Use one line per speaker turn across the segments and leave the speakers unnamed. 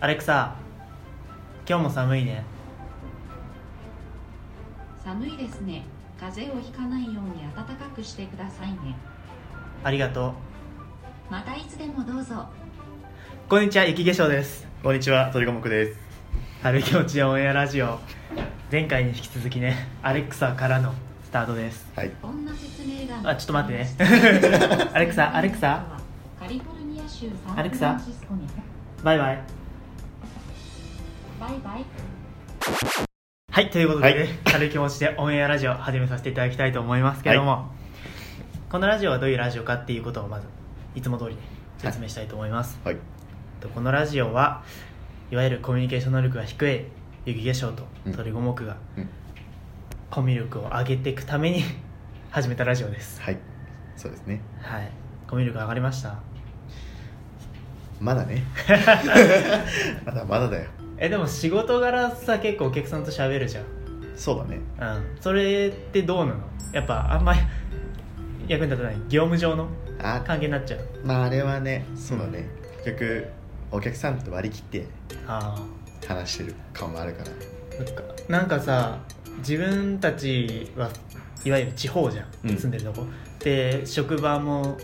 アレクサ今日も寒いね
寒いですね風邪をひかないように暖かくしてくださいね
ありがとう
またいつでもどうぞ
こんにちは雪化粧です
こんにちは、鳥五目です。
春気持ちオンエアラジオ前回に引き続きねアレクサからのスタートです
はい。
こんな説明が
あちょっと待ってねア
ア
レクサアレクサ
カリフォルニア州サン
アレクサ
フランシスコに
バイバイ
バイバイ
はいということで、ね
はい
軽い気持ちでオンエアラジオ始めさせていただきたいと思いますけども、このラジオはどういうラジオかっていうことをまずいつも通りね説明したいと思います、
はい。
とこのラジオはいわゆるコミュニケーション能力が低い雪化粧と
うん
鳥五目が
うん
コミュ力を上げていくために 始めたラジオです
はい。そうですね。
はいコミュ力上がりました
まだ ね。まだまだだよ。
えでも仕事柄さ結構お客さんと喋るじ
そうだね。
ゃんうんそれってどうなのやっぱあんまり 役に立たない業務上の
あ、
関係になっちゃう
まああれはね、そうだね。結局、お客さんと割り切って
ああ
話してる感もあるから。
そっかなんかさ自分たちはいわゆる地方じゃん、
うん
住んでるとこで職場も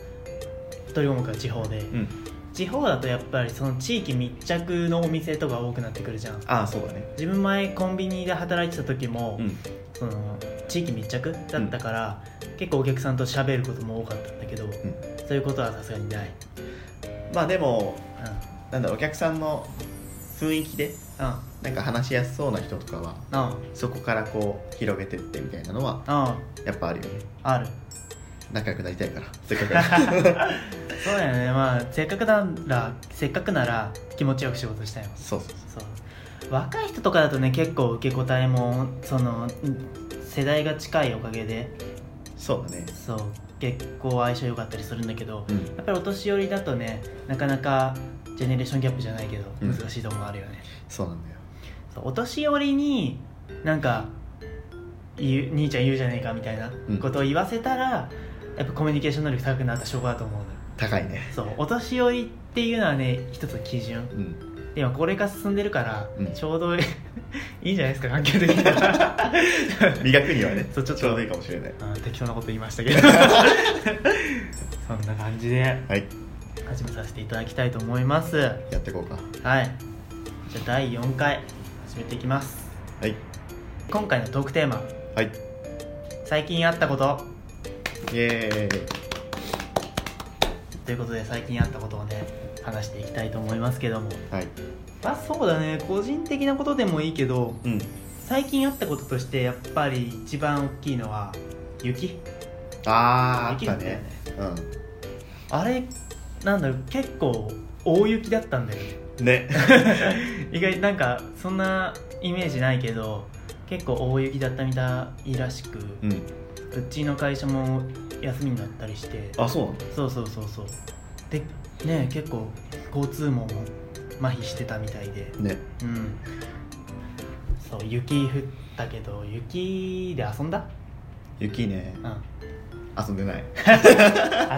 取り込むから地方で、
ん。
地方だとやっぱりその地域密着のお店とか多くなってくるじゃん
あ、そうだね。
自分前コンビニで働いてた時も、
ん。
その地域密着だったから、結構お客さんと喋ることも多かったんだけど、そういうことはさすがにない、
まあでも、
うんうん、
なんだろう、お客さんの雰囲気で、
あ
なんか話しやすそうな人とかは、
あ
そこからこう、広げてってみたいなのは、
あ
やっぱあるよね。
あある
仲良くなりたいから、せっかくだから。
そうだよねまあせっかくならせっかくなら気持ちよく仕事したいもん
そうそう
そう若い人とかだとね結構受け答えもそのん世代が近いおかげで
そう。そうだね。
そう結構相性良かったりするんだけど
うん。
やっぱりお年寄りだとねなかなかジェネレーションギャップじゃないけど
うん
難しいとこもあるよね、
そうなんだよ。
そうお年寄りになんか言う兄ちゃん言うじゃねえかみたいな
うん
ことを言わせたら、やっぱコミュニケーション能力高くなった証拠だと思うのよ
高いね。
そうお年寄りっていうのはね一つの基準
うん。
で今高齢化進んでるから、
うん
ちょうど いいいいんじゃないですか環 境的には
磨くにはね
そうちょっと
ちょうどいいかもしれない
うん適当なこと言いました けどそんな感じで
はい
始めさせていただきたいと思いますはい
やっていこうか
じゃあ第4回始めていきます
はい
今回のトークテーマ
はいイ
最近あったこと
エーイ
ということで最近あったことをね話していきたいと思いますけども
はい
まあそうだね個人的なことでもいいけど
うん
最近あったこととしてやっぱり一番大きいのは雪
あーあっ
雪だ
た
ったよね
ね
あれなんだろう結構大雪だったんだよね
うんね
意外なんかそんなイメージないけど結構大雪だったみたいらしく
うん
うちの会社も休みになったりして
あそうなの
そうそうそうそうでね結構交通網も麻痺してたみたいで
ね
うんそう雪降ったけど雪で遊んだ
雪ね
うん
遊んでない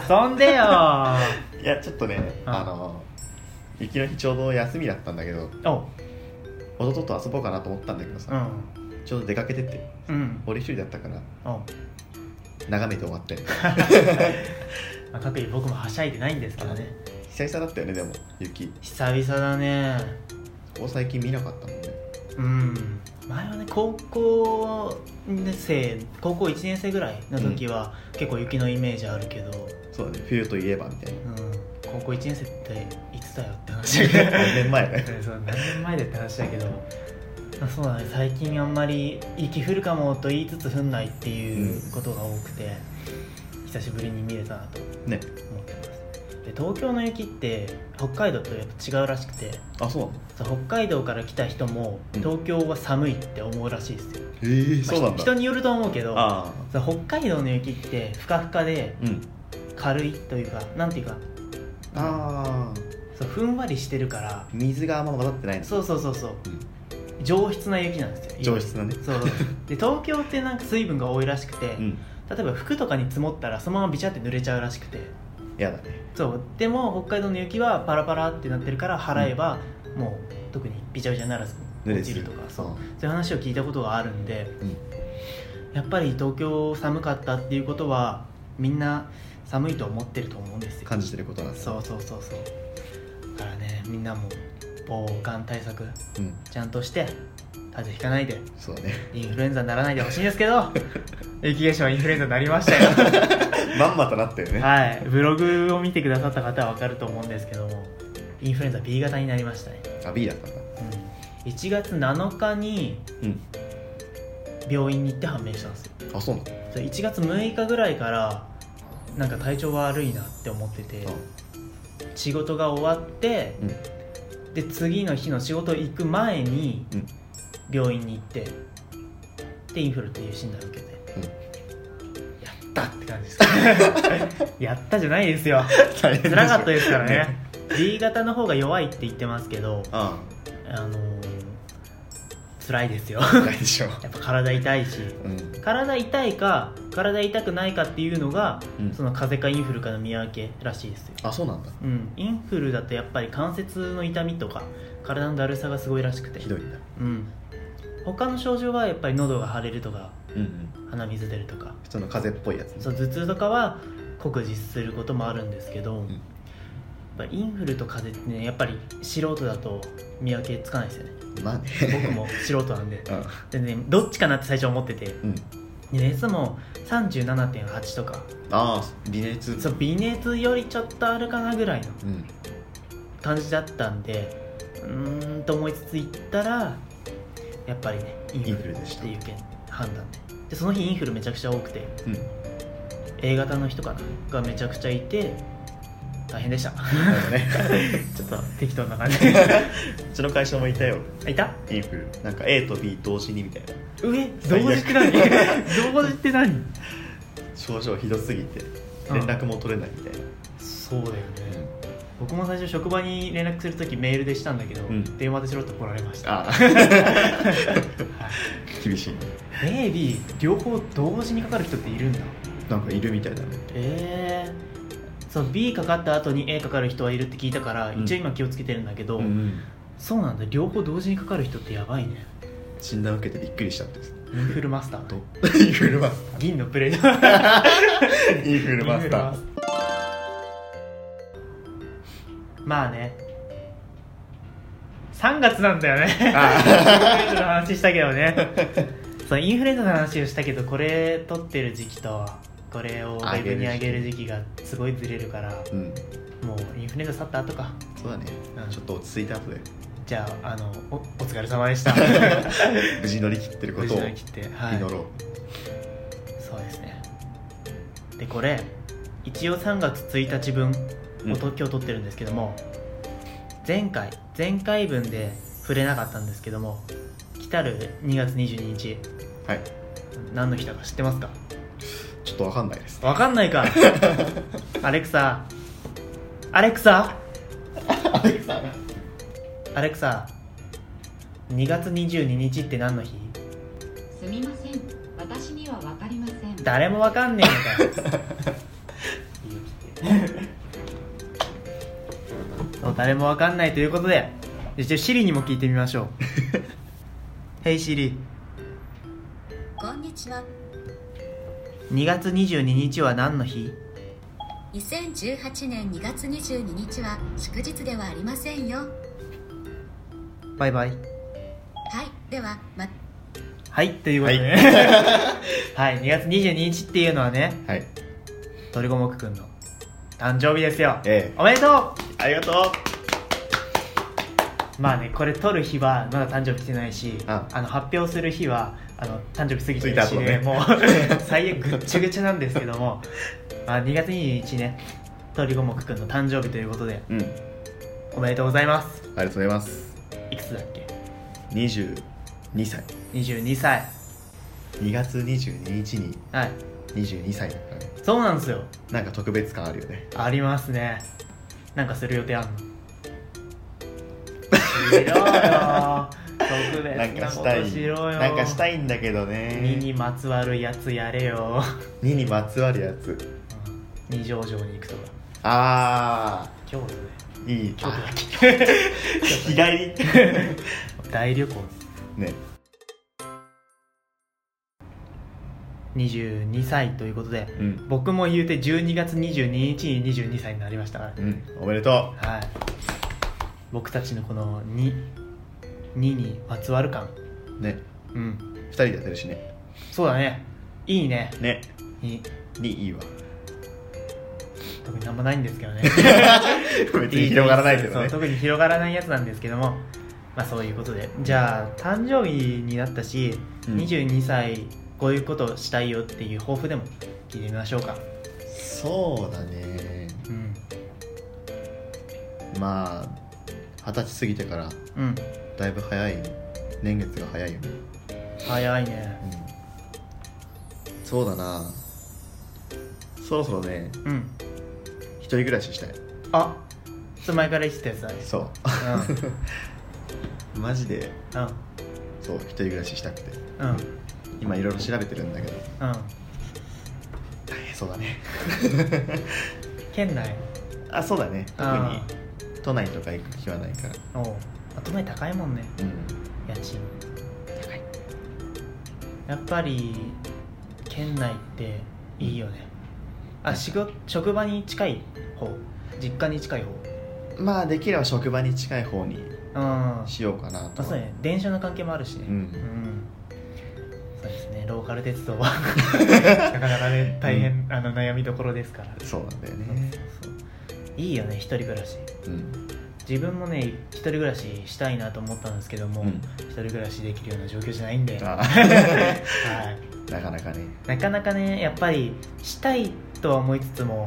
遊んでよー
いやちょっとね
うん
あの雪の日ちょうど休みだったんだけど
お
弟と遊ぼうかなと思ったんだけど
う
さ、
ん
ちょうど出かけてって
うん
俺一人だったから
お
眺めて終わって
まあ、各位僕もはしゃいでないんですけどね
久々だったよねでも雪
久々だね
ここ最近見なかったもんね
うん前はね高校生高校1年生ぐらいの時は、結構雪のイメージあるけど、
そうだね冬といえばみたい な
うん、高校1年生っていつだよって話
何年前ね
そう何年前でって話だけどまあそうだね最近あんまり雪降るかもと言いつつ降んないっていうことが多くて、久しぶりに見れたなと
ね
思ってますで東京の雪って北海道とやっぱ違うらしくて
あそうなの
そう北海道から来た人も
うん
東京は寒いって思うらしいですよ、
ええそうな
ま
ん
あ
だ
人によると思うけど
あ
そう北海道の雪ってふかふかで
あうん
軽いというかなんていうか
ああ
そうふんわりしてるから
水があんま混ざってないの
そうそうそうそう、上質な雪なんですよ
上質なね
そうで東京ってなんか水分が多いらしくて、
うん
例えば服とかに積もったらそのままビチャって濡れちゃうらしくて
やだね
そうでも北海道の雪はパラパラってなってるから払えばもう特にびちゃびちゃにならず
濡
落
れ
ち
す
る
る
とかそうそういう話を聞いたことがあるんで
うん
やっぱり東京寒かったっていうことはみんな寒いと思ってると思うんですよ
感じてることなんです
そうそうそうそうだからねみんなも防寒対策
うん
ちゃんとして風邪ひかないで
そう だね
インフルエンザにならないでほしいんですけ ど雪化粧はインフルエンザになりましたよ
まんまとなったよね
はい、ブログを見てくださった方は分かると思うんですけどもインフルエンザ B 型になりましたね、
あ B だったんだ
うん、1月7日に
うん
病院に行って判明したんですよ
あそうなんだ
それ1月6日ぐらいからなんか体調悪いなって思ってて仕事が終わって
うん
で次の日の仕事行く前に
うん
病院に行ってでインフルっていう診断を受けて
うん
やったって感じです やったじゃないですよ
大変でしょ
辛かったですからね B 型の方が弱いって言ってますけど
あ
あのー、辛いですよ
あ辛いでしょ
やっぱ体痛いし
うん
体痛いか体痛くないかっていうのが
うん
その風邪かインフルかの見分けらしいですよ
あそうなんだ
うん、インフルだとやっぱり関節の痛みとか体のだるさがすごいらしくて
ひどいんだ
うん他の症状はやっぱり喉が腫れるとか
うんうん
鼻水出るとか
普通の風邪っぽいやつね
そう頭痛とかは酷似することもあるんですけど、
ん
やっぱインフルと風邪ってねやっぱり素人だと見分けつかないですよね
まあね
僕も素人なんで
うん
でねどっちかなって最初思っててで
うん
熱も37.8とか
ああ微熱
そう微熱よりちょっとあるかなぐらいの
うん
感じだったんでうーんと思いつつ行ったらやっぱりねイン
イン
フ
フ
ル
ル
っ
でした
ていうけん判断ででその日インフルめちゃくちゃ多くて
うん
A 型の人かながめちゃくちゃいて大変でした
だよね
ちょっと適当な 感じ
うちの会社もいたよ
いた
インフルなんか A と B 同時にみたいな
上
最悪
同時って何 同時って何
症状ひどすぎて
うん
連絡も取れないみたいな
そうだよね僕も最初職場に連絡するときメールでしたんだけど、
うん
電話でしろって怒られました
ああ 厳しいね
AB 両方同時にかかる人っているんだ
なんかいるみたいだね
ええそう B かかった後に A かかる人はいるって聞いたから、
うん
一応今気をつけてるんだけど、
ん
そうなんだ両方同時にかかる人ってやばいね
診断受けてびっくりしたって
インフルマスター
と インフ ルマス
銀のプレート
ターインフルマスター
まあね3月なんだよねインフルエンザの話したけどねそうインフルエンザの話をしたけどこれ撮ってる時期とこれをウェブに上げる時期がすごいずれるから
うん
もうインフルエンザ去った後か
そうだね、
うん
ちょっと落ち着いた後で
じゃああのおお疲れ様でした
無事乗り切ってるこ
無
と
事
を
に
祈
切って、はい、
ろう、
そうですねでこれ一応3月1日分
うん
をと今日撮ってるんですけども、前回前回分で触れなかったんですけども来たる2月22日
はい
何の日だか知ってますか
ちょっとわかんないです
わかんない かアレクサアレクサ
アレクサが
アレクサ2月22日って何の日
すみません私には分かりません
誰もわかんねえのかよ そう誰もわかんないということで一応シリにも聞いてみまし ょう Hey シリ
こんにちは。
2月22日は何の日
2018年2月22日は祝日ではありませんよ。
バイバイ
はい、ではま
はいということでね、 はい、2月22日っていうのはね
はい
鳥五目くんの誕生日ですよ
え
おめでと
えありがと
うまあねこれ撮る日はまだ誕生日来てないし
あ
の発表する日はあの誕生日過ぎてる
過
し
ぎた後
ね
ね
もう最悪ぐっちゃぐちゃなんですけども、まあ、2月22日ね鳥五目くんの誕生日ということで
ううんあり
おめでとうございます
がとうございます
いくつだっけ
22歳
22歳
2月22日に
はい
22歳だからね
そうなんですよ
なんか特別感あるよね
ありますねなんかする予定あんのしろよ 特別
なん
な
か
こ
した
と
い
しろよ
なんかした
い
いんだけどね
身にまつわるやつやれよ
ににまつわるやつ
二条城に行くとか
あ
京都で
いい
曲だ
け日帰り
大旅行
ね
22歳ということで
うん
僕も言うて12月22日に22歳になりましたから
う
ね、
んおめでと
はい僕たちのこの2ににまつわる感
うね
うん
二人でやってるしね
そうだねいいね
ね
いい
にいいわ
特になんもないんですけど ね
別に広がらないけど
そう
ね
特に広がらないやつなんですけどもまあそういうことでじゃあ誕生日になったし、
うん
22歳こういうことしたいよっていう抱負でも聞いてみましょうか
そうだね
うん
まあ二十歳過ぎてから
うん
だいぶ早い年月が早いよね、
早いね
うん、そうだなそろそろね
うん
一人暮らししたい
あそれ前から言ってたやつだね
そうマジで
うん
そう一人暮らししたくて
うんうん
今いろいろ調べてるんだけど
うん
大変そう だね
県内
あそうだね特
あ
に都内とか行く気はないから
おうあ都内高いもんね
うん
家賃やっぱり県内っていいよねあ仕事職場に近い方実家に近い方
まあできれば職場に近い方に
うんま
しようかな
あ
と
そうね電車の関係もあるしね
うん
そうですねローカル鉄道 はなかなかね大変、あの悩みどころですから
そうなんだよね
そういいよね一人暮らし
うん
自分もね一人暮らししたいなと思ったんですけども、
うん
一人暮らしできるような状況じゃないんで、は
あ
い、
なかなかね
なかなかねやっぱりしたいとは思いつつも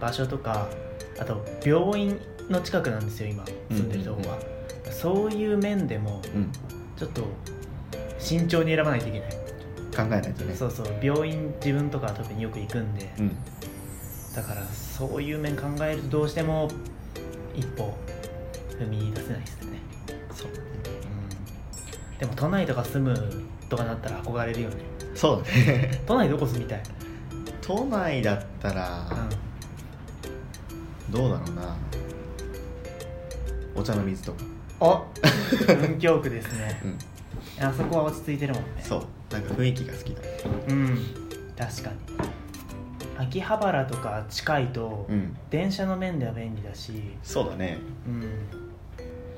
場所とかあと病院の近くなんですよ今住んでるとこが、そういう面でも
うん
ちょっと慎重に選ばないといけない、
考えないとね
そうそう病院自分とかは特によく行くんで、
うん
だからそういう面考えるとどうしても一歩踏み出せないですね
そう
うんでも都内とか住むとかなったら憧れるよね
そうだね
都内どこ住みたい、
都内だったら
う
どうだろうなお茶の水とか
ん、お文京区ですね
うん
あそこは落ち着いてるもんね
そうなんか雰囲気が好きだ
うん確かに秋葉原とか近いと、
うん
電車の面では便利だし、
そうだね
うん、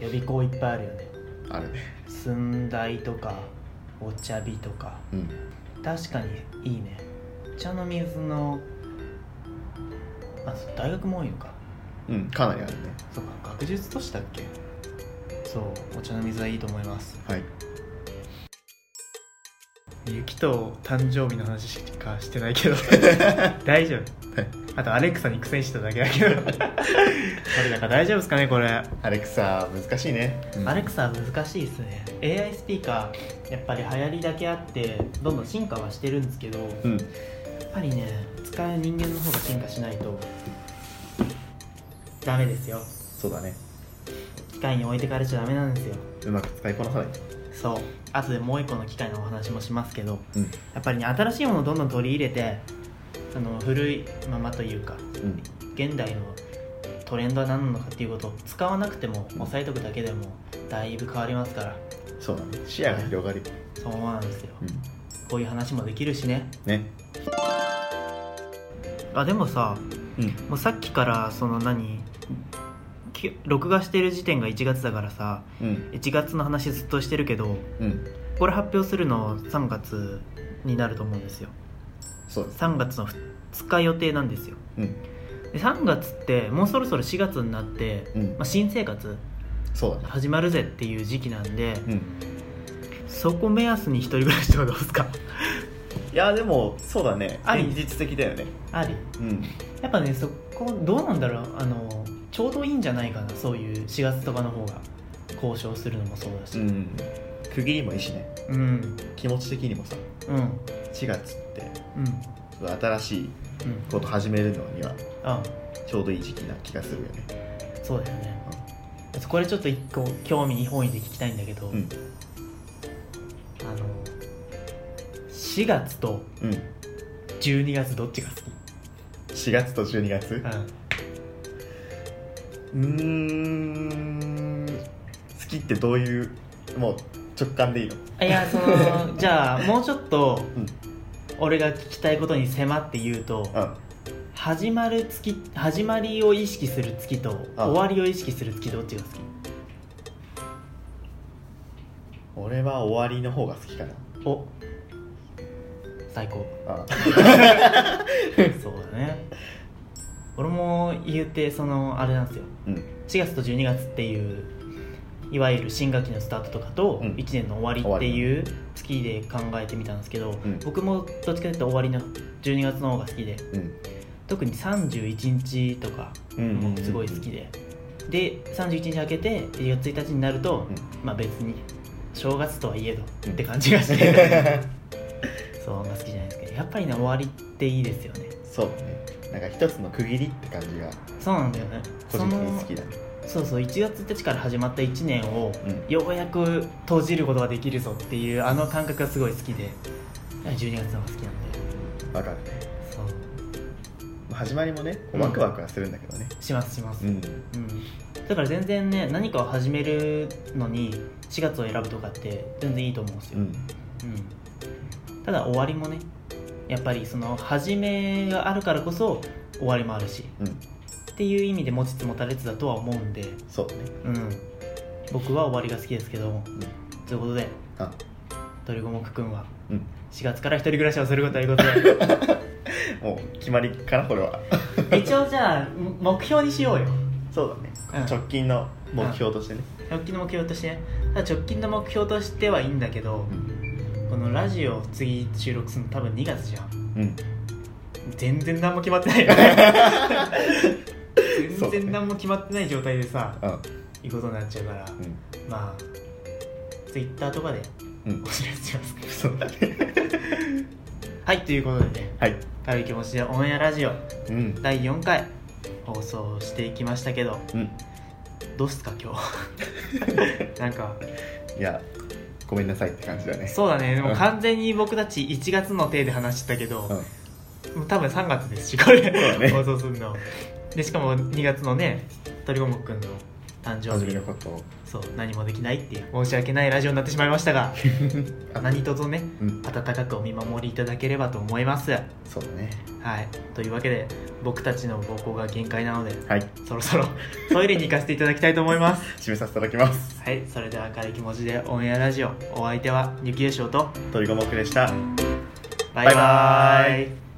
予備校いっぱいあるよね
あるね
寸大とかお茶日とか
うん
確かにいいね茶の水のあそう大学も多いのか
うんかなりあるね
そうか学術都市だっけそうお茶の水はいいと思います
はい
雪と誕生日の話しかしてないけ ど大丈夫
はい
あとアレクサに苦戦してただけだけ どこれだから大丈夫ですかねこれ、
アレクサ難しいね、
アレク
サ
サは難しいですね AI スピーカーやっぱり流行りだけあってどんどん進化はしてるんですけど、
うん
やっぱりね使う人間の方が進化しないとダメですよ
そうだね
機械に置いてかれちゃダメなんですよ
うまく使いこなさない
そう後でもう一個の機械のお話もしますけど
うん
やっぱりね新しいものをどんどん取り入れてあの古いままというか
うん
現代のトレンドは何なのかっていうことを使わなくても押さえとくだけでもだいぶ変わりますから
そうだね視野が広がる
そうなんですよ
うん
こういう話もできるしね
ね
あでもさ
うん
もうさっきからその何き録画してる時点が1月だからさ
うん
1月の話ずっとしてるけど
うん
これ発表するの3月になると思うんですよ
そうです
3月の2日予定なんですよ
うん
で3月ってもうそろそろ4月になって、
うん
まあ、新生活
そうだね
始まるぜっていう時期なんで
うん
そこ目安に一人暮らしとかどうですか
いやでもそうだね
あり
現実的だよね
あり
うん
やっぱねそこどうなんだろうあのちょうどいいんじゃないかなそういう4月とかの方が交渉するのもそうだし
うん区切りもいいしね
うん
気持ち的にもさ
うんうん
4月って
うん
新しいこと始めるのには
あ
ちょうどいい時期な気がするよね
そうだよねこれちょっと一個興味本位で聞きたいんだけど、
うん
あの4月と
うん
12月どっちが好き、
4月と12月
うん、
うーん好きってどういうもう直感でいいの
い やそのじゃあもうちょっと
うん
俺が聞きたいことに迫って言うと
うん
始まる月始まりを意識する月と
あ
終わりを意識する月どっちが好き
俺は終わりの方が好きかな
お最 高
あ
そうだね俺も言うてそのあれなんですよ
うん
4月と12月っていういわゆる新学期のスタートとかと
うん
1年の終わりっていう月で考えてみたんですけど、
ん
僕もどっちかというと終わりの12月の方が好きで
うん
特に31日とか
うん
僕すごい好きで、で31日明けて1月1日になると、
うん
まあ別に正月とはいえど
うん
って感じがして そうあんま好きじゃないですけどやっぱりね終わりっていいですよね
そうねなんか一つの区切りって感じが
そうなんだよね
個人的に好きだね
そのそうそう1月1日から始まった1年を
うん
ようやく閉じることができるぞっていうあの感覚がすごい好きで12月の方が好きなんで
わかる
そう
始まりもねこう
うん
ワクワクはするんだけどね
しますします、
ん
うん、だから全然ね何かを始めるのに4月を選ぶとかって全然いいと思うんですよ、
うん
うんただ終わりもねやっぱりその始めがあるからこそ終わりもあるし
うん
っていう意味で持ちつ持たれつだとは思うんで、
そうね
うん、僕は終わりが好きですけども、
ん
ということで
あ
鳥五目くんは
うん
4月から一人暮らしをすることということ
もう決まりかなこれは
で一応じゃあも目標にしようよ
そうだ
うん
ね直近の目標としてね
直近の目標としてねただ直近の目標としてはいいんだけど
うん
このラジオを次収録するの多分2月じゃん
うん
全然何も決まってないよね
そ
全
うだね
然何も決まってない状態でさ
うん
いうことになっちゃうから、
うん
まあツイッターとかで
うん
お知らせしますか
そうだね
はいということでね
はい
軽い気持ちでオンエアラジオ
うん
第4回放送していきましたけど
うん
どうっすか今 日なんか
いやごめんなさいって感じだね
そうだねで
う
も
ん
完全に僕たち1月の手で話してたけど、
うん
もう多分3月ですしこれ、
だね
放送するのでしかも2月のね鳥五目くんの誕生
初め
日
のこと を
そう何もできないっていう申し訳ないラジオになってしまいました が何卒ね
うん
温かくお見守りいただければと思いますは
そうだね
いというわけで僕たちの暴行が限界なので
はい
そろそ ろトイレに行かせていただきたいと思います
締めさせていただきます
はいそれでは明るい気持ちでオンエアラジオお相手は雪優勝と
鳥五目でした
バイバ
バイバ
ー
ー
イ